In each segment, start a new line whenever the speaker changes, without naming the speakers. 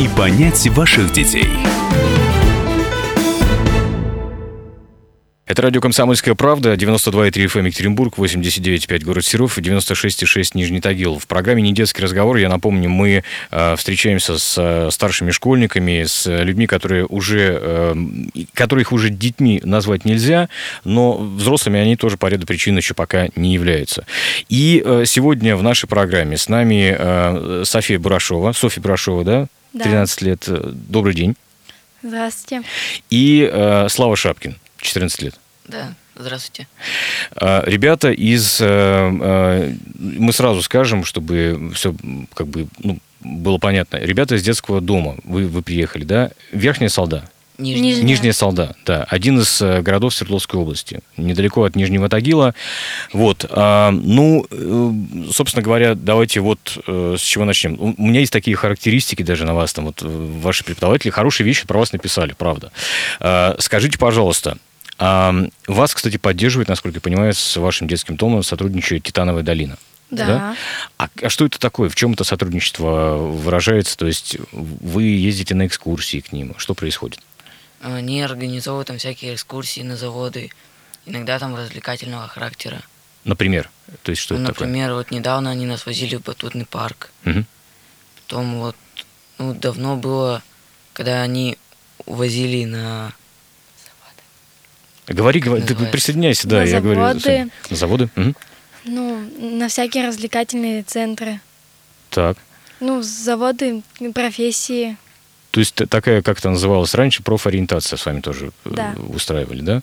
и понять ваших детей.
Это радио «Комсомольская правда», 92,3 FM эм, Екатеринбург, 89,5 город Серов и 96,6 Нижний Тагил. В программе «Недетский разговор», я напомню, мы э, встречаемся с э, старшими школьниками, с людьми, которые уже, э, которых уже детьми назвать нельзя, но взрослыми они тоже по ряду причин еще пока не являются. И э, сегодня в нашей программе с нами э, София Бурашова, Софья Бурашова, да?
Да.
13 лет. Добрый день.
Здравствуйте.
И э, Слава Шапкин, 14 лет.
Да, здравствуйте.
А, Ребята из... э, э, Мы сразу скажем, чтобы все как бы ну, было понятно. Ребята из детского дома, вы, вы приехали, да? Верхняя Солда.
Нижний.
Нижний. Да.
Нижняя Солда, да. Один из э, городов Свердловской области, недалеко от Нижнего Тагила. Вот. а, Ну, э, собственно говоря, давайте вот э, с чего начнем. У у меня есть такие характеристики даже на вас, там вот э, ваши преподаватели хорошие вещи про вас написали, правда. А, Скажите, пожалуйста, а, вас, кстати, поддерживает, насколько я понимаю, с вашим детским домом сотрудничает Титановая долина.
Да.
А, а что это такое? В чем это сотрудничество выражается? То есть вы ездите на экскурсии к ним. Что происходит?
А, Они организовывают там всякие экскурсии на заводы, иногда там развлекательного характера.
Например, то есть что это такое?
Например, вот недавно они нас возили в батутный парк.
Мгм.
Потом вот, ну, давно было, когда они возили на...
Говори, говори, ты
называется?
присоединяйся, да,
На
я говорю.
заводы.
Соня. На заводы. Мгм.
Ну, на всякие развлекательные центры.
Так.
Ну, заводы, профессии.
То есть т- такая, как это называлось раньше, профориентация с вами тоже э,
Да.
устраивали, да?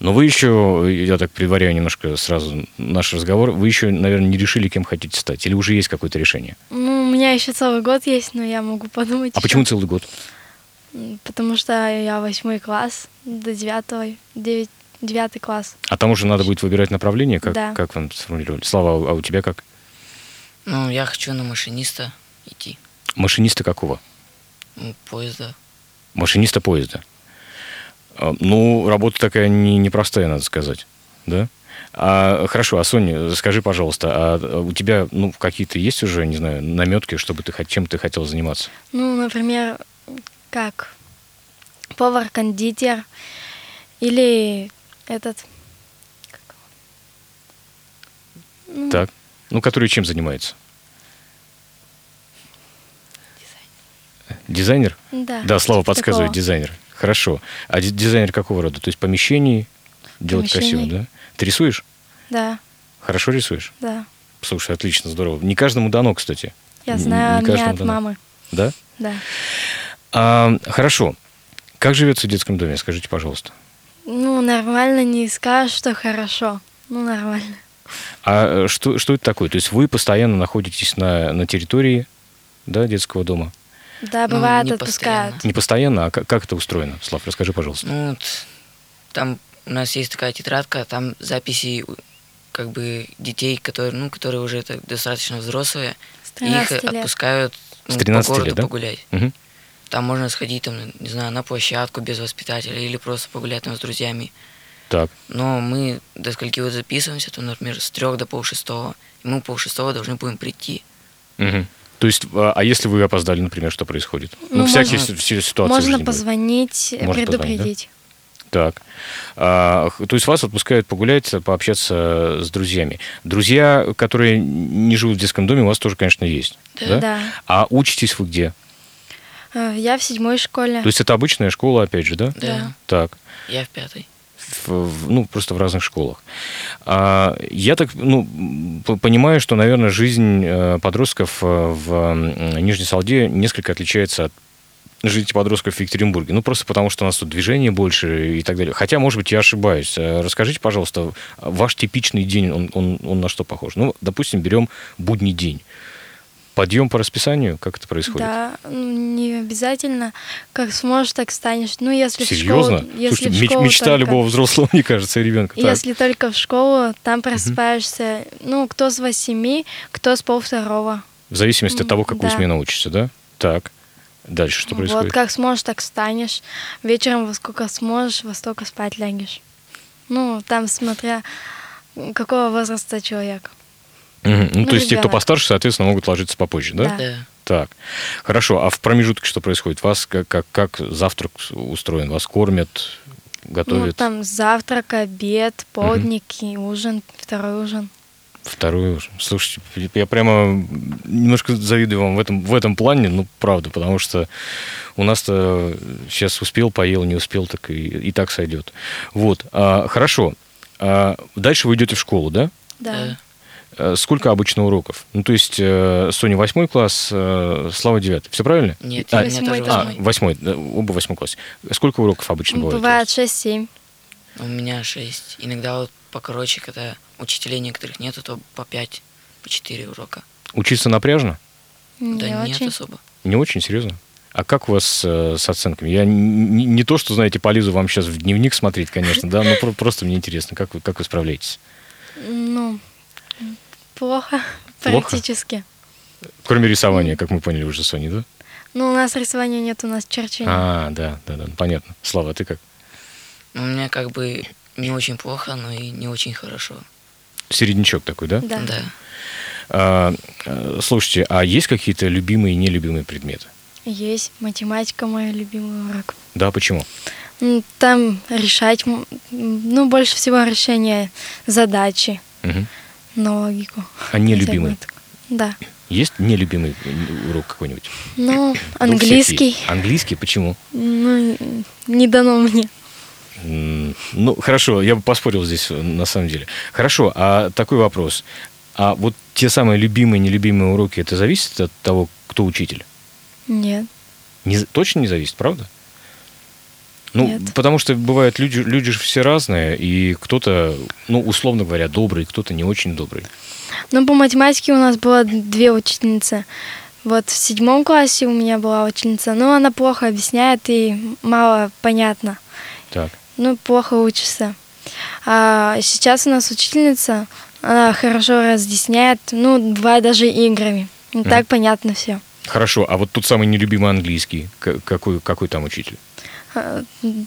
Но вы еще, я так предваряю немножко сразу наш разговор, вы еще, наверное, не решили, кем хотите стать, или уже есть какое-то решение?
Ну, у меня еще целый год есть, но я могу подумать.
А
ещё.
почему целый год?
М, Потому что я восьмой класс, до девятого, девять, девятый класс.
А там уже надо будет выбирать направление, как,
Да.
как вам сформулировали? Слава, а у тебя как?
Ну, я хочу на машиниста идти,
Машиниста какого?
ну, поезда.
Машиниста поезда. А, Ну, работа такая не- непростая, надо сказать, да? А, хорошо, а Соня, скажи, пожалуйста, а у тебя ну, какие-то есть уже, не знаю, наметки, чтобы ты, хот- чем ты хотел заниматься?
Ну, например, как повар-кондитер или этот... как его? Ну,
Так. Ну, который чем занимается? Дизайнер?
Да, типа
Да, Слава подсказывает,
Такого.
дизайнер. Хорошо. А ди- дизайнер какого рода? То есть помещений делать красиво,
Помещений.
да? Ты рисуешь?
Да,
Хорошо рисуешь?
да.
Слушай, отлично, здорово. Не каждому дано, кстати.
Я
Н-
знаю,
не
у меня
каждому
от
дано.
мамы.
Да?
Да.
А, хорошо. Как живется в детском доме, скажите, пожалуйста.
Ну, нормально, не скажешь, что хорошо. Ну, нормально.
А э, что, что это такое? То есть вы постоянно находитесь на, на территории да, детского дома?
Да,
Ну,
бывает,
не
отпускают.
постоянно.
Не постоянно, а как, как это устроено? Слав, расскажи, пожалуйста.
Ну, вот, там у нас есть такая тетрадка, там записи у- как бы детей, которые, ну, которые уже так достаточно взрослые,
С
и их
13 лет.
отпускают ну,
С
по
13 лет,
городу
да?
погулять.
Мгм.
Там можно сходить, там, не знаю, на площадку без воспитателя или просто погулять там с друзьями.
Так.
Но мы до скольки вот записываемся, то, например, с трех до полшестого. И мы полшестого должны будем прийти.
Мгм. То есть, а а если вы опоздали, например, что происходит? Ну,
Ну,
всякие
можно-
с- все ситуации. в
Можно
жизни бывают.
позвонить,
Можно позвонить, да?
предупредить.
Так. А, х- то есть вас отпускают погулять, э, пообщаться с друзьями. Друзья, которые не живут в детском доме, у вас тоже, конечно, есть. Да.
Да.
А учитесь вы где?
Э, Я в седьмой школе.
То есть это обычная школа, опять же, да?
Да.
Так.
Я в пятой.
в- в- ну, просто в разных школах. А, я так, ну, п- понимаю, что, наверное, жизнь э, подростков э, в м, Нижней Салде несколько отличается от жизни подростков в Екатеринбурге. Ну, просто потому, что у нас тут движение больше и так далее. Хотя, может быть, я ошибаюсь. Э, Расскажите, пожалуйста, ваш типичный день, он, он- он на что похож? Ну, допустим, берем будний день. Подъем по расписанию, как это происходит?
Да, ну, не, обязательно, как сможешь, так станешь. Ну, если в
Серьезно?
школу... Если
Слушайте,
в
меч-
школу
мечта
только.
любого взрослого, мне кажется, ребенка. Так.
Если только в школу, там просыпаешься, ну, кто с восьми, кто с полвторого.
В зависимости от того, какую
да.
смену учишься, да? Так. Дальше что
Вот,
происходит?
как сможешь, так станешь. Вечером во сколько сможешь, во столько спать лягешь. Ну, там смотря м, какого возраста человек.
Мгм. Ну,
ну,
то есть те, кто
ребенок.
постарше, соответственно, могут ложиться попозже, да?
Да.
Да.
Так. Хорошо. А в промежутке что происходит? Вас как, как, как завтрак устроен? Вас кормят, готовят?
Ну, там завтрак, обед, полдник и ужин, второй ужин.
Вторую. уж. Слушайте, я прямо немножко завидую вам в этом, в этом плане, ну, правда, потому что у нас-то сейчас успел, поел, не успел, так и, и так сойдет. Вот, а, хорошо. А, дальше вы идете в школу, да?
Да.
Да.
А, Сколько обычно уроков? Ну, то есть, э, Соня восьмой класс, э, Слава девятый. Все правильно?
Нет,
а,
у меня
восьмой
тоже
а,
восьмой.
восьмой, да, оба в восьмом классе. Сколько уроков обычно
Ну,
бывает? у
Бывает
вас?
6-7.
У меня шесть. Иногда вот покороче, когда учителей некоторых нету, то по пять, по четыре урока.
Учиться напряжно?
Не
да нет
очень.
особо.
Не очень серьезно. А как у вас э, с оценками? Я н- не, не то, что, знаете, полезу вам сейчас в дневник смотреть, конечно, да, но про- просто мне интересно, как вы, как вы справляетесь?
Ну, плохо,
Плохо?
практически.
Кроме рисования, как мы поняли уже, Соня, да?
Ну, у нас рисования нет, у нас черчения.
А, да, да, да, ну, понятно. Слава, а ты как?
У меня как бы не очень плохо, но и не очень хорошо.
Середнячок такой, да?
Да.
Да.
А, э, слушайте, а есть какие-то любимые и нелюбимые предметы?
Есть математика мой любимый урок.
Да, почему?
Ну, Там решать, м, ну, больше всего решение задачи
Мгм.
на логику.
А нелюбимый?
Да.
Есть нелюбимый э, урок какой-нибудь?
Ну,
Ну, всякие.
английский.
Английский? Почему?
Ну, н- не дано мне.
М, Ну, хорошо, я бы поспорил здесь, э, на самом деле. Хорошо, а такой вопрос. А вот те самые любимые, нелюбимые уроки, это зависит от того, кто учитель?
Нет.
Не з- точно не зависит, правда? Ну,
Нет.
потому что бывают люди, люди же все разные, и кто-то, ну, условно говоря, добрый, кто-то не очень добрый.
Ну, по математике у нас было две ученицы. Вот в седьмом классе у меня была ученица, но она плохо объясняет и мало понятно.
Так.
Ну, плохо учишься. А сейчас у нас учительница, она хорошо разъясняет, ну, бывает даже играми. И так понятно все.
Хорошо, а вот тот самый нелюбимый английский, к- какой, какой там учитель?
А,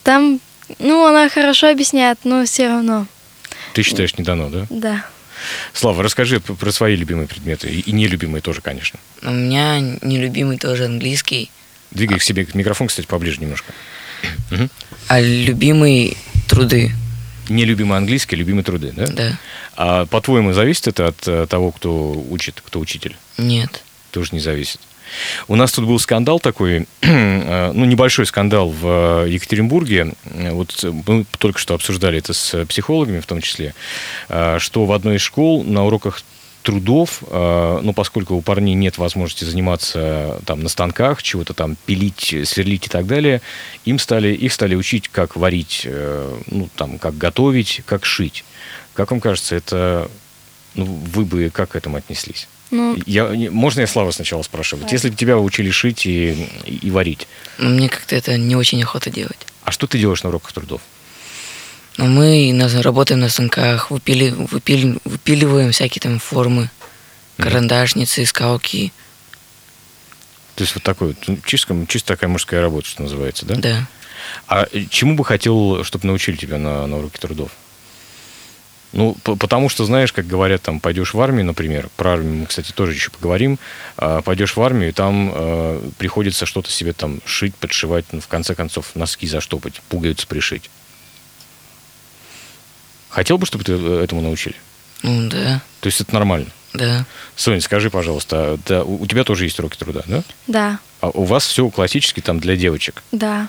Там, ну, она хорошо объясняет, но все равно,
Ты считаешь, не дано, да?
да.
Слава, расскажи п- про свои любимые предметы, и и нелюбимые тоже, конечно.
У меня нелюбимый тоже английский,
Двигай к себе микрофон, кстати, поближе немножко.
а любимый труды.
Нелюбимый английский, а любимые труды, да?
Да.
А по-твоему, зависит это от э, того, кто учит, кто учитель?
Нет.
Тоже не зависит. У нас тут был скандал такой, э, ну, небольшой скандал в э, Екатеринбурге. Э, Вот э, мы только что обсуждали это с э, психологами в том числе, э, что в одной из школ на уроках трудов, э, ну, поскольку у парней нет возможности заниматься э, там на станках, чего-то там пилить, э, сверлить и так далее, им стали, их стали учить, как варить, э, ну, там, как готовить, как шить. Как вам кажется, это, ну, вы бы как к этому отнеслись?
Ну,
Я, не- можно я Слава сначала спрашиваю? Вот
Давай.
Если бы тебя учили шить и, и варить,
Но мне как-то это не очень охота делать.
а что ты делаешь на уроках трудов?
Но мы на- работаем на станках, выпили, выпили- выпиливаем всякие там формы, карандашницы, скалки.
То есть вот такой вот, ну, чисто, чисто такая мужская работа, что называется, да?
Да.
А э, чему бы хотел, чтобы научили тебя на, на уроке трудов? Ну, по- потому что, знаешь, как говорят, там, пойдешь в армию, например, про армию мы, кстати, тоже еще поговорим, а, пойдешь в армию, и там э, приходится что-то себе там шить, подшивать, ну, в конце концов, носки заштопать, пуговицы пришить. Хотел бы, чтобы ты э, этому научили?
Ну да,
То есть это нормально.
да,
Соня, скажи, пожалуйста, а, да, у у тебя тоже есть уроки труда, да?
да,
А у вас все классически там для девочек.
да.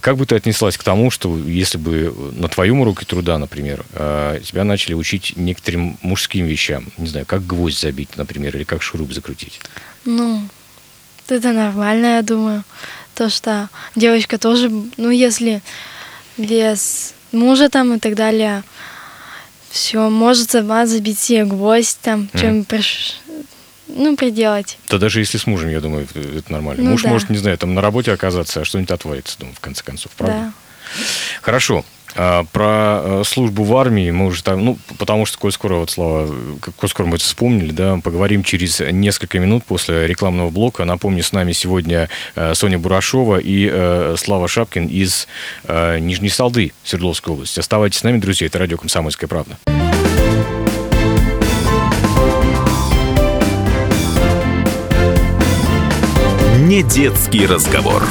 Как бы ты отнеслась к тому, что если бы на твоем уроке труда, например, э, тебя начали учить некоторым мужским вещам, не знаю, как гвоздь забить, например, или как шуруп закрутить?
Ну, это нормально, я думаю. То, что девочка тоже, ну, если без мужа там и так далее, все, может сама забить себе гвоздь там, чем приш- ну, приделать.
Да даже если с мужем, я думаю, это- это нормально.
Ну
Муж
да.
может, не знаю, там на работе оказаться, а что-нибудь отвалится, думаю, в конце концов, правда?
Да.
Хорошо. А, про э, службу в армии мы уже там, ну, потому что, коль скоро, вот слова, э, коль скоро мы это вспомнили, да, поговорим через несколько минут после рекламного блока. Напомню, с нами сегодня э, Соня Бурашова и э, Слава Шапкин из э, Нижней Салды, Свердловской области. Оставайтесь с нами, друзья, это радио «Комсомольская правда».
Не детский разговор.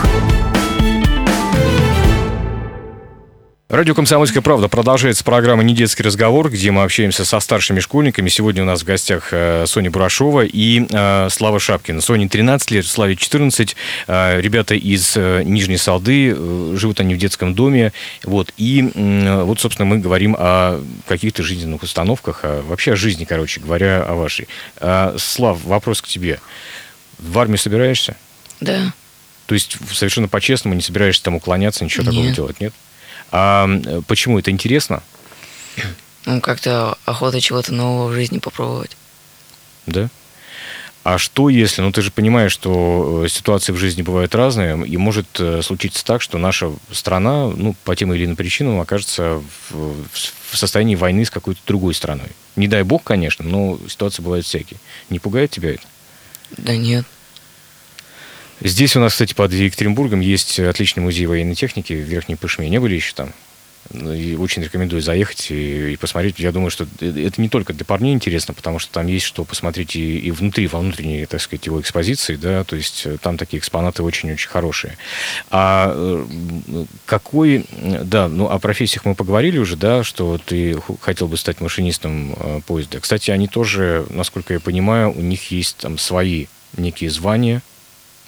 Радио «Комсомольская правда» продолжается программа «Недетский разговор», где мы общаемся со старшими школьниками. Сегодня у нас в гостях э, Соня Бурашова и э, Слава Шапкина. Соне 13 лет, Славе 14. Э, Ребята из э, Нижней Салды, э, живут они в детском доме. Вот. И м, э, вот, собственно, мы говорим о каких-то жизненных установках, а вообще о жизни, короче говоря, о вашей. Э, Слав, вопрос к тебе. В армию собираешься?
Да.
То есть совершенно по-честному не собираешься там уклоняться, ничего такого
Нет.
делать, нет? А м, почему это интересно?
Ну, как-то охота чего-то нового в жизни попробовать.
Да? А что если, ну ты же понимаешь, что э, ситуации в жизни бывают разные, и может э, случиться так, что наша страна, ну, по тем или иным причинам, окажется в, в- в состоянии войны с какой-то другой страной. Не дай бог, конечно, но ситуации бывают всякие. Не пугает тебя это?
Да нет.
Здесь у нас, кстати, под Екатеринбургом есть отличный музей военной техники в Верхней Пышме. Не были еще там? Ну, И очень рекомендую заехать и, и посмотреть. Я думаю, что э- это не только для парней интересно, потому что там есть что посмотреть и, и внутри, во внутренней, так сказать, его экспозиции, да, то есть э, там такие экспонаты очень-очень хорошие. А э, м, какой, м, да, ну о профессиях мы поговорили уже, да, что ты ху- хотел бы стать машинистом э, поезда. Кстати, они тоже, насколько я понимаю, у них есть там свои некие звания,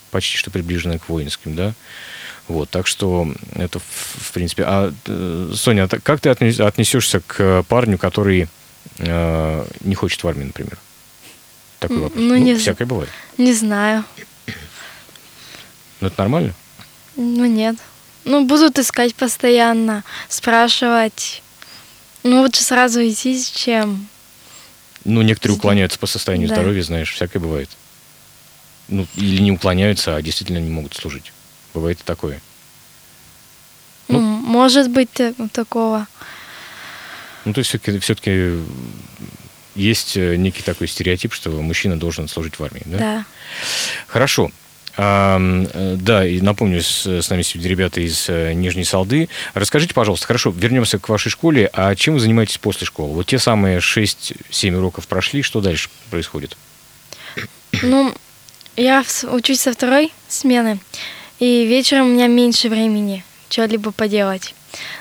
почти что приближенная к воинским, да. Вот, так что это, в, в принципе... А, э, Соня, а так как ты отне- отнесешься к э, парню, который э, не хочет в армию, например? Такой
М,
вопрос.
ну, не з-
всякое бывает.
Не знаю.
Но это нормально?
Ну, нет. Ну, будут искать постоянно, спрашивать. Ну, лучше сразу идти, чем...
Ну, некоторые уклоняются по состоянию
Да.
здоровья, знаешь, всякое бывает. Ну, или не уклоняются, а действительно не могут служить. Бывает и такое. Ну.
Ну, может быть, э, такого.
Ну, то есть все-таки, есть э, некий такой стереотип, что мужчина должен служить в армии, да?
Да.
Хорошо. Ам, э, Да, и напомню, с, с нами сегодня ребята из э, Нижней Салды. Расскажите, пожалуйста, хорошо, вернемся к вашей школе. А чем вы занимаетесь после школы? Вот те самые 6-7 уроков прошли, что дальше происходит?
Ну, я в с- учусь со второй смены, и вечером у меня меньше времени что-либо поделать.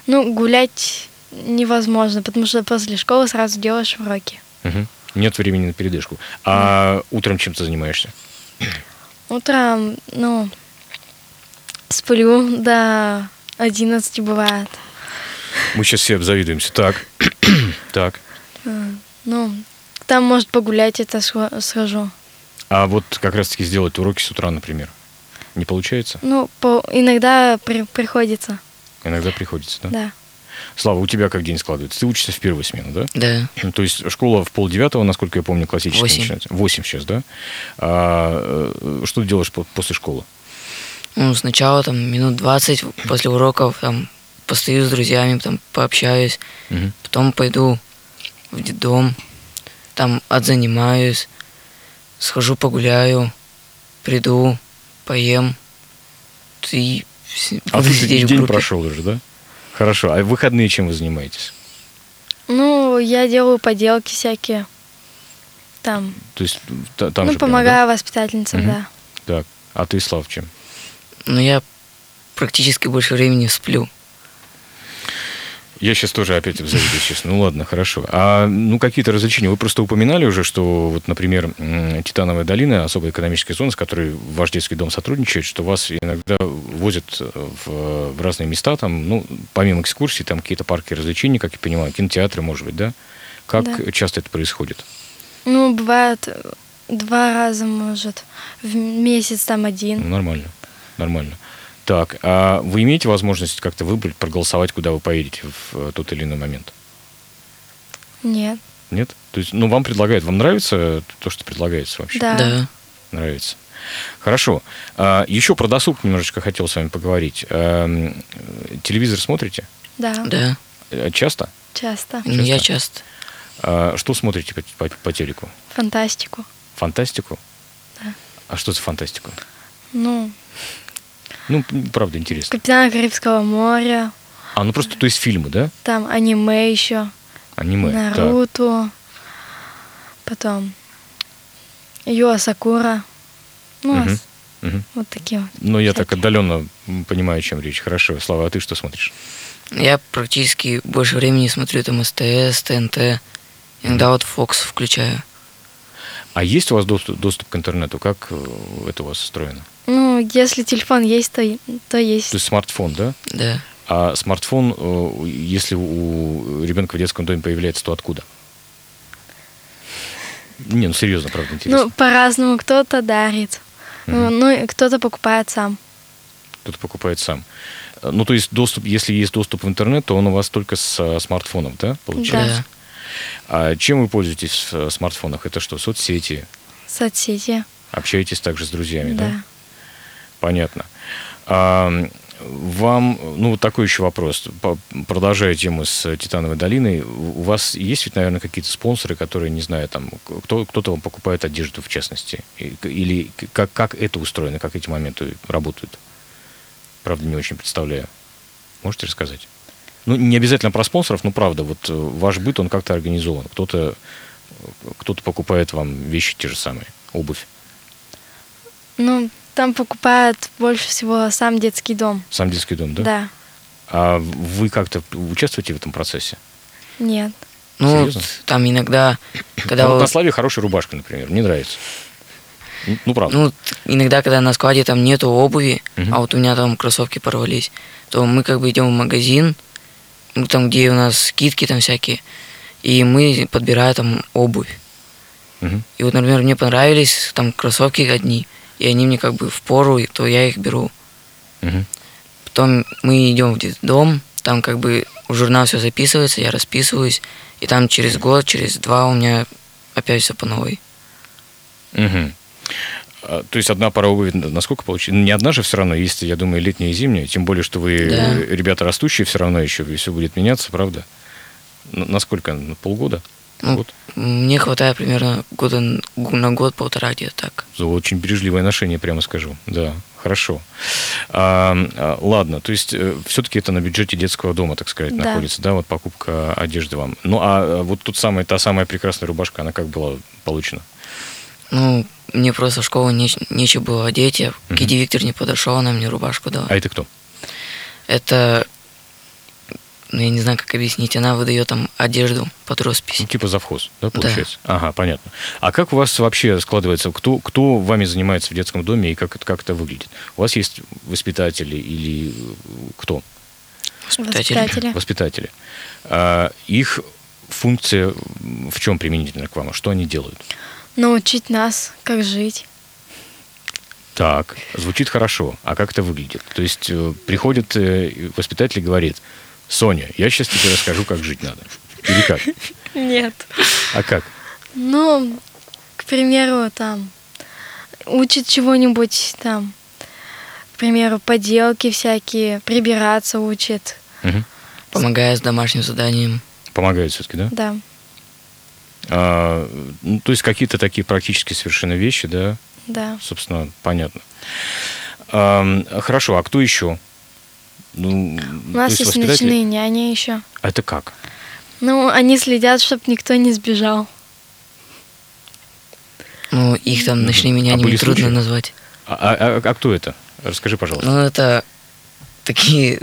Ну, гулять невозможно, потому что после школы сразу делаешь уроки.
Мгм. Нет времени на передышку. А утром чем ты занимаешься?
Утром, ну, сплю до 11 бывает.
Мы сейчас все обзавидуемся. Так, так.
Ну, там, может, погулять это схо- схожу.
А вот как раз-таки сделать уроки с утра, например, не получается?
Ну, по- иногда при- приходится,
Иногда приходится, да?
да.
Слава, у тебя как день складывается? Ты учишься в первую смену, да?
Да.
Ну, То есть школа в полдевятого, насколько я помню, классическая
Восемь.
начинается. Восемь сейчас, да? А, э, что ты делаешь по- после школы?
Ну, сначала там минут 20 после уроков там постою с друзьями, там пообщаюсь,
Мгм.
потом пойду в детдом, там отзанимаюсь, схожу погуляю, приду, поем, и с-
А
буду
ты
сидеть в
день
группе.
прошел уже, да? Хорошо. А в выходные чем вы занимаетесь?
Ну, я делаю поделки всякие. Там.
То есть та- там
ну,
же прямо,
помогаю воспитательницам,
Мгм.
да.
да? Так. А ты, Слав, чем?
Но я практически больше времени сплю.
Я сейчас тоже опять завидую, честно. Ну ладно, хорошо. А ну какие-то развлечения? Вы просто упоминали уже, что вот, например, м, Титановая долина, особая экономическая зона, с которой ваш детский дом сотрудничает, что вас иногда возят э, в, в разные места, там, ну, помимо экскурсий, там какие-то парки развлечений, как я понимаю, кинотеатры, может быть, да? Как
Да.
часто это происходит?
Ну, бывает э, два раза, может, в месяц там
Ну,
один.
нормально, нормально. Так, а вы имеете возможность как-то выбрать, проголосовать, куда вы поедете в э, тот или иной момент?
Нет.
Нет? То есть, ну, вам предлагают, вам нравится то, что предлагается вообще?
Да.
Да.
Нравится. Хорошо. А, еще про досуг немножечко хотел с вами поговорить. Эм, телевизор смотрите?
Да.
Да.
Э, Часто?
Часто.
Ну, Я часто.
А, что смотрите по, по- по телеку?
Фантастику.
Фантастику? А что за фантастику?
Ну,
Ну, м, правда, интересно.
Капитана Карибского моря,
А, ну просто, то есть фильмы, да?
там аниме еще,
Аниме. так.
Наруто, потом Юа Сакура. Ну,
Мгм.
ос-
Мгм.
вот такие вот.
Ну, я так отдаленно понимаю, о чем речь. Хорошо. Слава, а ты что смотришь?
Я практически больше времени смотрю там СТС, ТНТ. Иногда вот Фокс включаю.
А есть у вас доступ, доступ к интернету? Как э, это у вас устроено?
Ну, если телефон есть, то, то есть.
То есть смартфон, да?
Да.
А смартфон, э, если у ребенка в детском доме появляется, то откуда? Не, ну серьезно, правда, интересно.
ну, по-разному. Кто-то дарит, ну, ну, и кто-то покупает сам.
Кто-то покупает сам. Э, Ну, то есть доступ, если есть доступ в интернет, то он у вас только с э, смартфоном, да, получается?
Да.
А чем вы пользуетесь в э, смартфонах? Это что, соцсети?
Соцсети.
Общаетесь также с друзьями, да?
Да.
Понятно. А, вам, ну, вот такой еще вопрос. По- Продолжая тему с Титановой долиной, у у вас есть ведь, наверное, какие-то спонсоры, которые, не знаю, там, к- кто, кто-то вам покупает одежду, в частности? И к- Или к- как, как это устроено, как эти моменты работают? Правда, не очень представляю. Можете рассказать? Ну, не обязательно про спонсоров, но правда, вот э, ваш быт, он как-то организован. Кто-то, э, кто-то покупает вам вещи те же самые, обувь.
Ну, там покупают больше всего сам детский дом.
Сам детский дом, да?
Да.
А вы как-то участвуете в этом процессе?
Нет.
Ну,
Серьезно?
вот там иногда, когда
Ну, вот
вот-
на Славе хорошая рубашка, например, мне нравится. Ну, Ну, правда.
ну, т- иногда, когда на складе там нету обуви,
Мгм.
а вот у меня там кроссовки порвались, то мы как бы идем в магазин, ну, там, где у нас скидки там всякие, и мы подбираем там обувь.
Мгм.
И вот, например, мне понравились там кроссовки одни, и они мне как бы в пору, и то я их беру.
Мгм.
Потом мы идем в детдом, там как бы в журнал все записывается, я расписываюсь, и там через год, через два у меня опять все по новой.
Мгм. А, То есть одна пара обуви, на- насколько получилось? Не одна же все равно, есть, я думаю, и летняя и зимняя. Тем более, что вы,
Да.
э, ребята, растущие все равно еще, и все будет меняться, правда? На- Насколько? На полгода?
Ну,
Год?
Мне хватает примерно года н- на год-полтора где-то так.
За Очень бережливое ношение, прямо скажу. Да, хорошо. А, а, ладно, то есть все-таки это на бюджете детского дома, так сказать,
Да.
находится, да, вот покупка одежды вам. Ну, а э, вот тут самая, та самая прекрасная рубашка, она как была получена?
Ну, мне просто в школу неч- нечего было одеть, я к Киди Виктор не подошел, она мне рубашку дала.
А это кто?
Это, ну, я не знаю, как объяснить, она выдает там одежду под роспись.
Ну, типа завхоз, да, получается? Ага, понятно. А как у вас вообще складывается, кто, кто вами занимается в детском доме и как, это- как это выглядит? У вас есть воспитатели или э, кто?
Воспитатели.
Воспитатели.
Воспитатели. А, их функция м, в чем применительна к вам? Что они делают?
Научить нас, как жить.
Так, звучит хорошо. А как это выглядит? То есть э, приходит э, и воспитатель и говорит, Соня, я сейчас тебе расскажу, как жить надо. Или как?
Нет.
А как?
Ну, к примеру, там, учит чего-нибудь там, к примеру, поделки всякие, прибираться учит,
Мгм.
Помогая с домашним заданием.
Помогает все-таки, да?
да.
А, ну, то есть какие-то такие практически совершенно вещи, да?
Да.
Собственно, понятно. Ам, хорошо, а кто еще? Ну,
У нас есть ночные няни еще.
А Это как?
Ну, они следят, чтобы никто не сбежал.
Ну, их там ночными
А
нянями
были
трудно
случаи?
назвать.
А, а- а- а кто это? Расскажи, пожалуйста.
Ну, это такие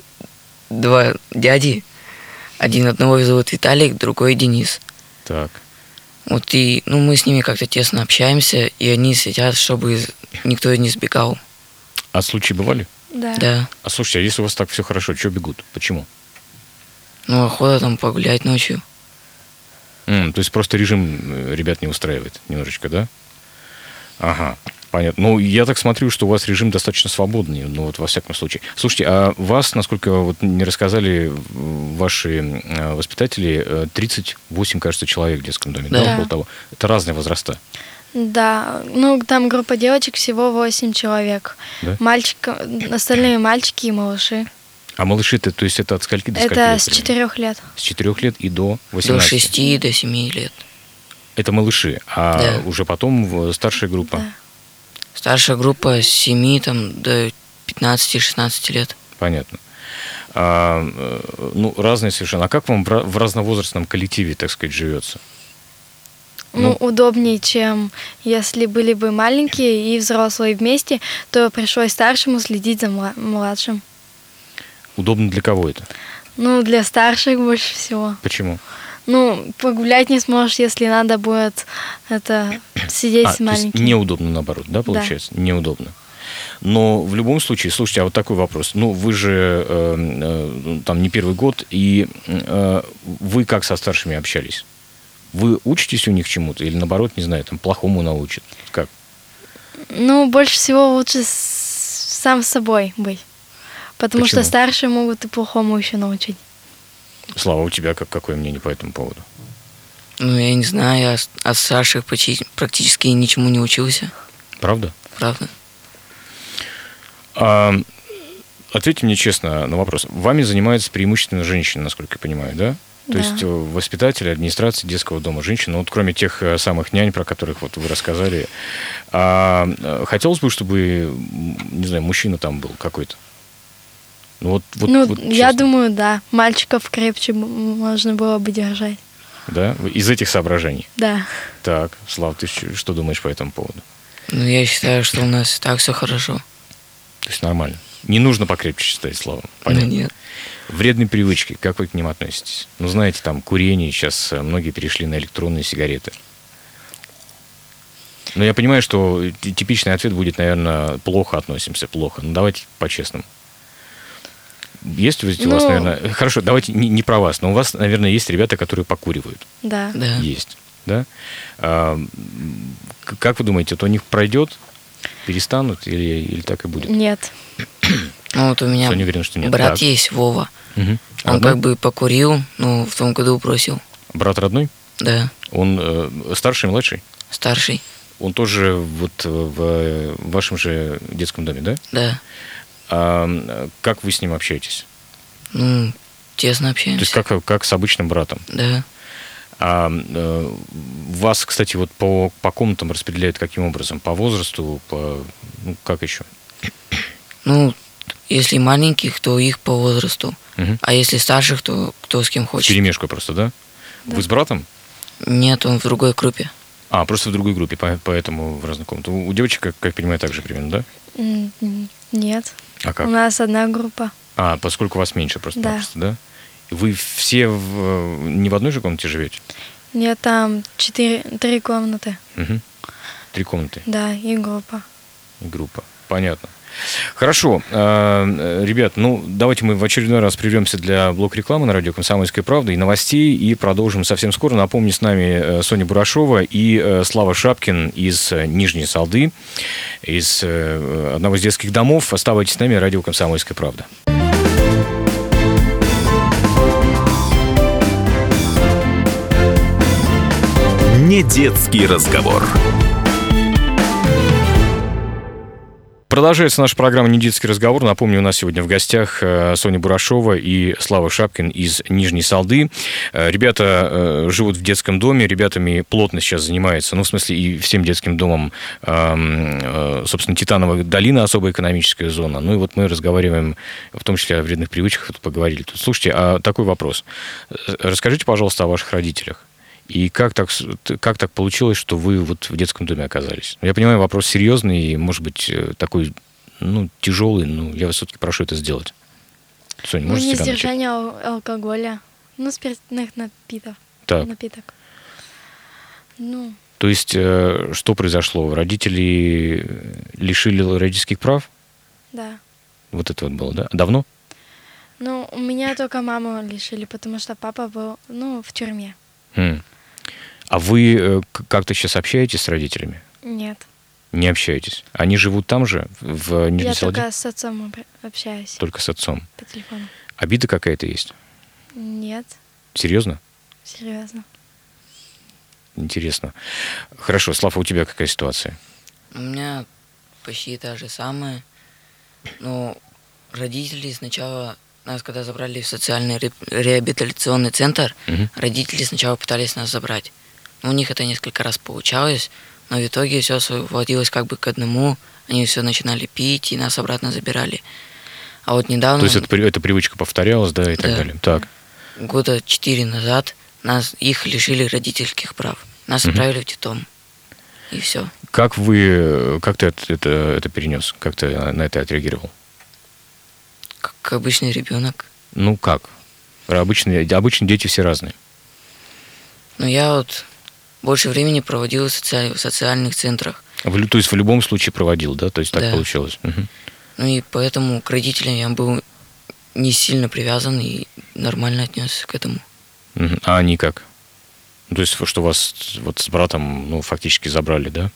два дяди. Один одного зовут Виталик, другой Денис.
Так.
Вот и, ну, мы с ними как-то тесно общаемся, и они сидят, чтобы никто не сбегал.
А случаи бывали?
Да.
Да.
А слушайте, а если у вас так все хорошо, чего бегут? Почему?
Ну, охота там погулять ночью.
М, то есть просто режим э, ребят не устраивает немножечко, да? Ага. Понятно. Ну, я так смотрю, что у вас режим достаточно свободный, ну, вот во всяком случае. Слушайте, а вас, насколько вот не рассказали м, ваши э, воспитатели, э, 38, кажется, человек в детском доме, да,
Да.
около того. Это разные возраста.
Да, ну там группа девочек всего 8 человек.
Да?
Мальчик, остальные мальчики и малыши.
А малыши-то, то есть это от скольки до скольки?
Это
лет
с
примерно?
4 лет.
С 4 лет и до 18.
До шести, до семи лет.
Это малыши, а
Да.
уже потом в- старшая группа.
Да.
Старшая группа с семи там, до 15-16 лет.
Понятно. А, э, ну, разные совершенно. А как вам в ра- в разновозрастном коллективе, так сказать, живется?
Ну, удобнее, чем если были бы маленькие и взрослые вместе, то пришлось старшему следить за мла- младшим.
Удобно для кого это?
Ну, для старших больше всего.
Почему?
Ну, погулять не сможешь, если надо будет это сидеть
А,
с
то есть
маленьким.
неудобно, наоборот, да, получается? Неудобно. Но в любом случае, слушайте, а вот такой вопрос. Ну, вы же э, э, ну, там не первый год, и э, вы как со старшими общались? Вы учитесь у них чему-то или, наоборот, не знаю, там, плохому научат? Как?
Ну, больше всего лучше с- сам с собой быть. Потому
Почему?
что старшие могут и плохому еще научить.
Слава, у тебя как, какое мнение по этому поводу?
Ну, я не знаю, я с- от старших почти- практически ничему не учился,
Правда?
правда.
А, ответьте мне честно на вопрос. Вами занимаются преимущественно женщины, насколько я понимаю, да? То
Да.
есть э, воспитатели, администрация детского дома, женщины, ну, вот кроме тех э, самых нянь, про которых вот вы рассказали, а, э, хотелось бы, чтобы, м, не знаю, мужчина там был какой-то. Ну, вот, вот,
ну,
вот
я
честно,
думаю, да. Мальчиков крепче б- можно было бы держать.
Да? Из этих соображений.
Да.
Так, Слав, ты щ- что думаешь по этому поводу?
Ну, я считаю, что у нас и так все хорошо. Ну,
То есть нормально. Не нужно покрепче считать словом. Понятно.
Ну, нет.
Вредные привычки, как вы к ним относитесь? Ну, знаете, там курение, сейчас э, многие перешли на электронные сигареты. Но я понимаю, что ти- типичный ответ будет, наверное, плохо относимся, плохо. Ну, давайте по-честному. Есть у вас, у вас,
Ну-
наверное... Хорошо, давайте не, не про вас, но у вас, наверное, есть ребята, которые покуривают.
Да.
Да.
Есть, да? А, м, к- как вы думаете, это у них пройдет, перестанут или, или так и будет?
Нет.
Ну, вот у меня
Соня уверена, что нет.
брат
Так.
есть, Вова.
Мгм.
Он
Одной?
А как бы покурил, ну, в том году бросил.
Брат родной?
Да,
Он э, старший, младший?
старший,
Он тоже вот э, в э, вашем же детском доме, да?
да.
А м, как вы с ним общаетесь?
Ну, тесно
То
общаемся.
есть как, э, как с обычным братом?
Да.
А м, э, вас, кстати, вот по, по комнатам распределяют каким образом? По возрасту? По, ну, как еще?
Ну, если маленьких, то их по возрасту.
Мгм.
А если старших, то кто с кем
В
хочет.
перемешку просто, да? Вы с братом?
Нет, он в другой группе.
А, просто в другой группе, по- поэтому в разных комнатах. У у девочек, как, как я понимаю, так же примерно, да?
М, м, Нет.
А как?
У нас одна группа.
А, поскольку вас меньше просто,
Ну, Да.
просто да? Вы все в, э, не в одной же комнате живете?
Нет, там четыре, три комнаты.
Мгм. Три комнаты.
Да, и группа.
группа. Понятно. Хорошо. Э, э, Ребят, ну, давайте мы в очередной раз прервемся для блок рекламы на радио «Комсомольская правда» и новостей, и продолжим совсем скоро. Напомню, с нами э, Соня Бурашова и э, Слава Шапкин из э, Нижней Салды, из э, одного из детских домов. Оставайтесь с нами, радио «Комсомольская правда».
Не детский разговор.
Продолжается наша программа «Недетский разговор». Напомню, у нас сегодня в гостях э, Соня Бурашова и Слава Шапкин из Нижней Салды. Э, Ребята э, живут в детском доме, ребятами плотно сейчас занимается, ну, в смысле, и всем детским домом, эм, э, собственно, Титановая долина, особая экономическая зона. Ну, и вот мы разговариваем, в том числе о вредных привычках, вот поговорили. Тут, Слушайте, а такой вопрос. Э, Расскажите, пожалуйста, о ваших родителях. И как так, с- т- как так получилось, что вы вот в детском доме оказались? Я понимаю, вопрос серьезный и, может быть, э, такой, ну, тяжелый, но я вас все-таки прошу это сделать. Соня,
Ну,
можешь с тебя начать?
Несдержание ал- алкоголя. Ну, спиртных напитов.
Так,
Напиток. Ну,
то есть, э, что произошло? Родители э, лишили родительских прав?
да.
Вот это вот было, да? Давно?
Ну, у меня только маму лишили, потому что папа был, ну, в тюрьме.
Хм. М. А вы э, к- как-то сейчас общаетесь с родителями?
Нет.
Не общаетесь. Они живут там же, в Нижней
Я
Салде?
только с отцом об- общаюсь
Только с отцом.
по телефону.
Обида какая-то есть?
Нет,
Серьезно?
серьезно.
Интересно. Хорошо, Слава, у тебя какая ситуация?
У меня почти та же самая. Но родители сначала, нас когда забрали в социальный ре- реабилитационный центр,
Мгм.
родители сначала пытались нас забрать. У них это несколько раз получалось, но в итоге все сводилось как бы к одному. Они все начинали пить и нас обратно забирали. А вот недавно,
То есть это, при- эта привычка повторялась, да, и так
Да.
далее. Так,
года четыре назад, нас их лишили родительских прав. Нас
Мгм.
отправили в детдом. И все.
как вы, как ты это, это, это перенес? Как ты на это отреагировал?
Как обычный ребенок.
Ну, как? Обычные, обычно дети все разные.
Но я вот больше времени проводил в, социаль- в социальных центрах.
В лю- то есть в любом случае проводил, да? То есть так
Да.
получилось. Мгм.
Ну и поэтому к родителям я был не сильно привязан и нормально отнесся к этому.
Мгм. А они как? Ну, То есть что вас вот с братом, ну, фактически забрали, да?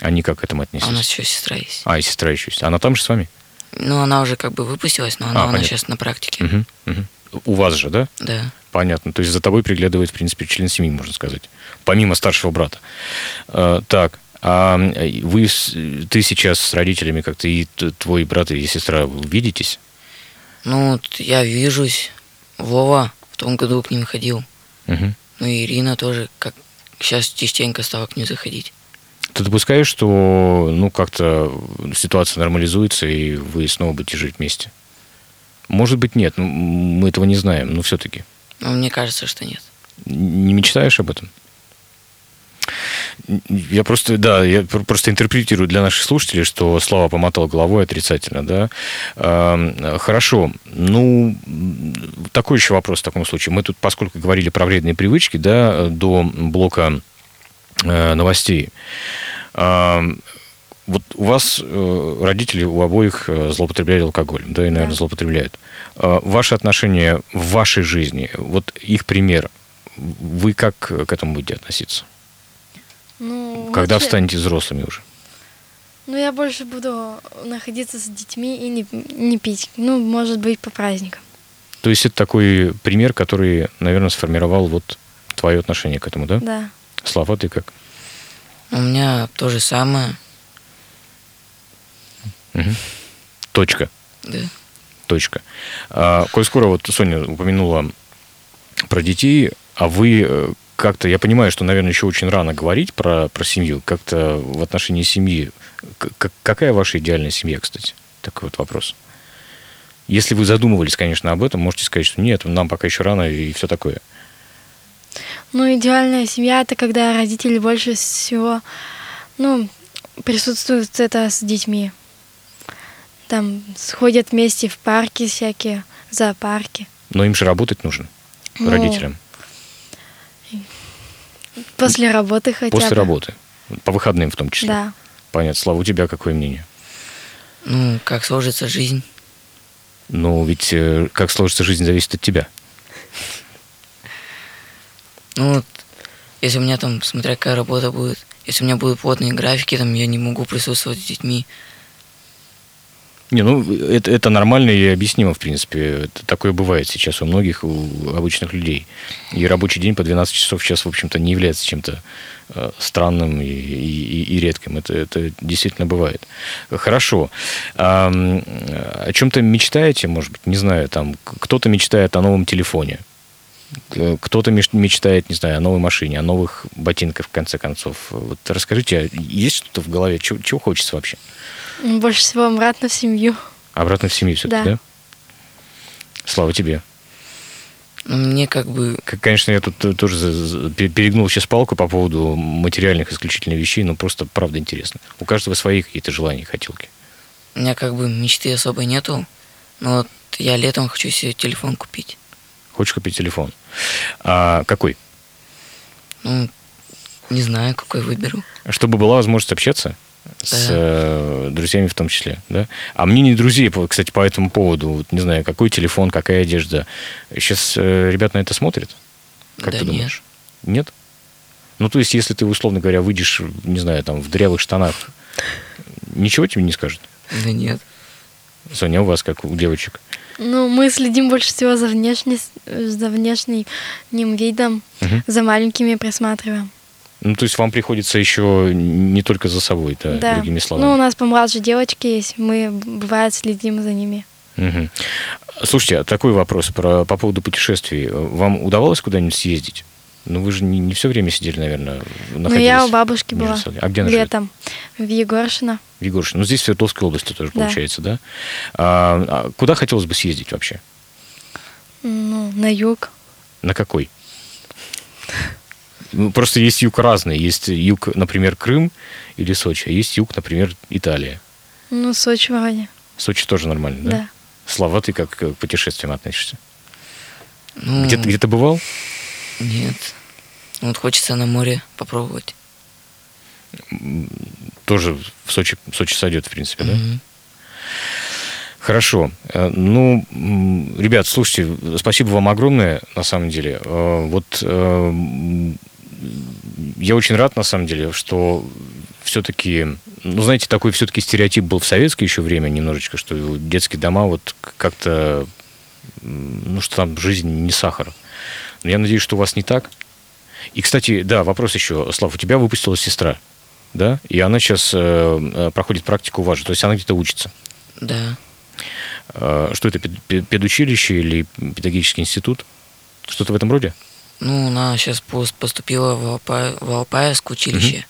Они как к этому
А у нас
отнеслись?
еще сестра есть.
А, и сестра еще есть. Она там же с вами?
Ну, она уже как бы выпустилась, но она,
А,
она
понятно.
сейчас на практике.
Мгм. Мгм. У вас же, да?
Да.
Понятно. То есть за тобой приглядывает, в принципе, член семьи, можно сказать. Помимо старшего брата. Э, так, а э, вы, с- ты сейчас с родителями как-то и т- твой брат и сестра вы видитесь?
Ну, вот я вижусь. Вова в том году к ним ходил.
Мгм.
Ну и Ирина тоже как сейчас частенько стала к ним заходить.
Ты допускаешь, что ну как-то ситуация нормализуется и вы снова будете жить вместе? Может быть, нет, ну, мы этого не знаем, но все-таки.
Но Ну, мне кажется, что нет.
Не мечтаешь об этом? Я просто, да, я пр- просто интерпретирую для наших слушателей, что Слава помотал головой отрицательно, да. Эм, Хорошо, ну, м, такой еще вопрос в таком случае. Мы тут, поскольку говорили про вредные привычки, да, э, до блока э, новостей. Эм, Вот у вас э, родители у обоих э, злоупотребляли алкоголем, да, и, наверное,
Да.
злоупотребляют. Э, Ваши отношения в вашей жизни, вот их пример, вы как к этому будете относиться?
Ну,
Когда
лучше-
станете взрослыми уже?
Ну, я больше буду находиться с детьми и не, не пить. Ну, может быть, по праздникам.
То есть это такой пример, который, наверное, сформировал вот твое отношение к этому, да?
Да.
Слава, ты как?
У меня то же самое.
Точка.
Да.
Точка. А, коль скоро вот Соня упомянула про детей, а вы э, как-то, я понимаю, что, наверное, еще очень рано говорить про, про семью, как-то в отношении семьи. К- к- какая ваша идеальная семья, кстати? Такой вот вопрос. Если вы задумывались, конечно, об этом, можете сказать, что нет, нам пока еще рано и все такое.
Ну, идеальная семья это когда родители больше всего, ну, присутствуют это с детьми. Там сходят вместе в парки всякие, зоопарки.
Но им же работать нужно,
Ну,
родителям,
После работы хотя
после
бы.
работы, по выходным в том числе.
Да.
Понятно. Слава, у тебя какое мнение?
Ну, как сложится жизнь.
Ну, ведь э, как сложится жизнь, зависит от тебя.
Ну, вот, если у меня там, смотря какая работа будет, если у меня будут плотные графики, там я не могу присутствовать с детьми.
Не, ну это, это нормально и объяснимо, в принципе. Это такое бывает сейчас у многих, у обычных людей. И рабочий день по 12 часов сейчас, в общем-то, не является чем-то э, странным и, и- и- и редким. Это, это действительно бывает. Хорошо. А, м, о чем-то мечтаете, может быть, не знаю, там к- кто-то мечтает о новом телефоне. Э, Кто-то меш- мечтает, не знаю, о новой машине, о новых ботинках, в конце концов. Вот расскажите, а есть что-то в голове? Чего, чего хочется вообще?
Ну, Больше всего обратно в семью.
Обратно в семью все-таки, да.
Да.
Слава тебе.
Ну, мне как бы,
К- Конечно, я тут э, тоже за- за- пере- перегнул сейчас палку по поводу материальных исключительно вещей, но просто правда интересно. У каждого свои какие-то желания и хотелки.
у меня как бы мечты особо нету, но вот я летом хочу себе телефон купить.
Хочешь купить телефон? А какой?
Ну, не знаю, какой выберу.
Чтобы была возможность общаться с
Да.
э, друзьями в том числе, да? А мне не друзей, по- кстати, по этому поводу. Вот не знаю, какой телефон, какая одежда. Сейчас ребят на это смотрят? Как
Да
ты
нет.
думаешь? Нет? Ну, то есть, если ты, условно говоря, выйдешь, не знаю, там, в дырявых штанах Ничего тебе не скажет?
Да нет.
Соня, у вас как у девочек?
Ну, мы следим больше всего за, внешность, за внешним видом,
Мгм.
за маленькими присматриваем.
Ну, то есть вам приходится еще не только за собой, да, другими словами.
Ну, у нас помладше девочки есть, мы, бывает, следим за ними.
Мгм. Слушайте, а такой вопрос про, по поводу путешествий. Вам удавалось куда-нибудь съездить? Ну, вы же не, все время сидели, наверное,
Ну,
находились.
я у бабушки
в
была.
Нижнем Тагиле. А где она живет?
Летом. В Егоршино.
В Егоршине. Ну, здесь в Свердловской области тоже
Да.
получается, да? А, а куда хотелось бы съездить вообще?
Ну, на юг.
На какой? Ну, Просто есть юг разный. Есть юг, например, Крым или Сочи, а есть юг, например, Италия.
Ну, Сочи вроде.
Сочи тоже нормально, да?
Да.
Слава, ты как э, к путешествиям относишься?
Ну,
Где, ты- где ты бывал?
Нет. Вот хочется на море попробовать.
Тоже в Сочи, в Сочи сойдет, в принципе, да?
Мгм.
Хорошо. Э, Ну, м, ребят, слушайте, спасибо вам огромное, на самом деле. Э, Вот э, м, я очень рад, на самом деле, что все-таки, ну, знаете, такой все-таки стереотип был в советское еще время немножечко, что детские дома вот к- как-то, м, ну, что там жизнь не сахар. Но я надеюсь, что у вас не так. И, кстати, да, вопрос еще. Слав, у тебя выпустилась сестра, да? И она сейчас проходит практику у вас же, то есть она где-то учится.
Да.
А, Что это, пед- пед- педучилище или педагогический институт? Что-то в этом роде?
Ну, она сейчас поступила в, Алпа... в Алпаевское училище.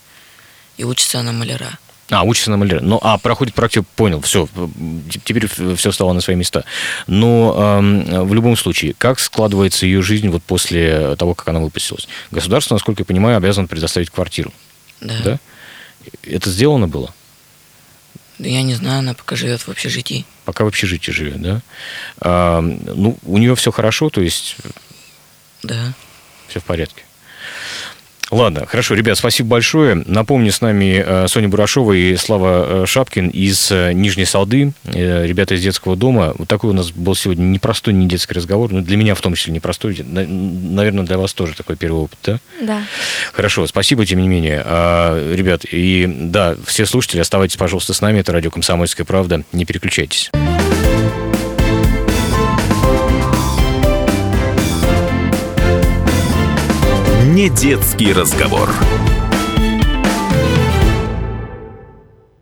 И учится она маляра.
А, учится на маляре. Ну, а, проходит практику, понял, все, теперь все стало на свои места. Но эм, в любом случае, как складывается ее жизнь вот после того, как она выпустилась? Государство, насколько я понимаю, обязано предоставить квартиру,
Да.
да? Это сделано было?
Да я не знаю, она пока живет в общежитии.
Пока в общежитии живет, да? А, ну, у нее все хорошо, то есть
Да.
Все в порядке. Ладно, хорошо, ребят, спасибо большое. Напомню, с нами э, Соня Бурашова и Слава э, Шапкин из э, Нижней Салды, э, ребята из детского дома. Вот такой у нас был сегодня непростой не детский разговор, ну, для меня в том числе непростой, на- наверное, для вас тоже такой первый опыт, да?
Да.
Хорошо, спасибо, тем не менее. А, ребят, и да, все слушатели, оставайтесь, пожалуйста, с нами. Это радио «Комсомольская правда». Не переключайтесь.
Не детский разговор.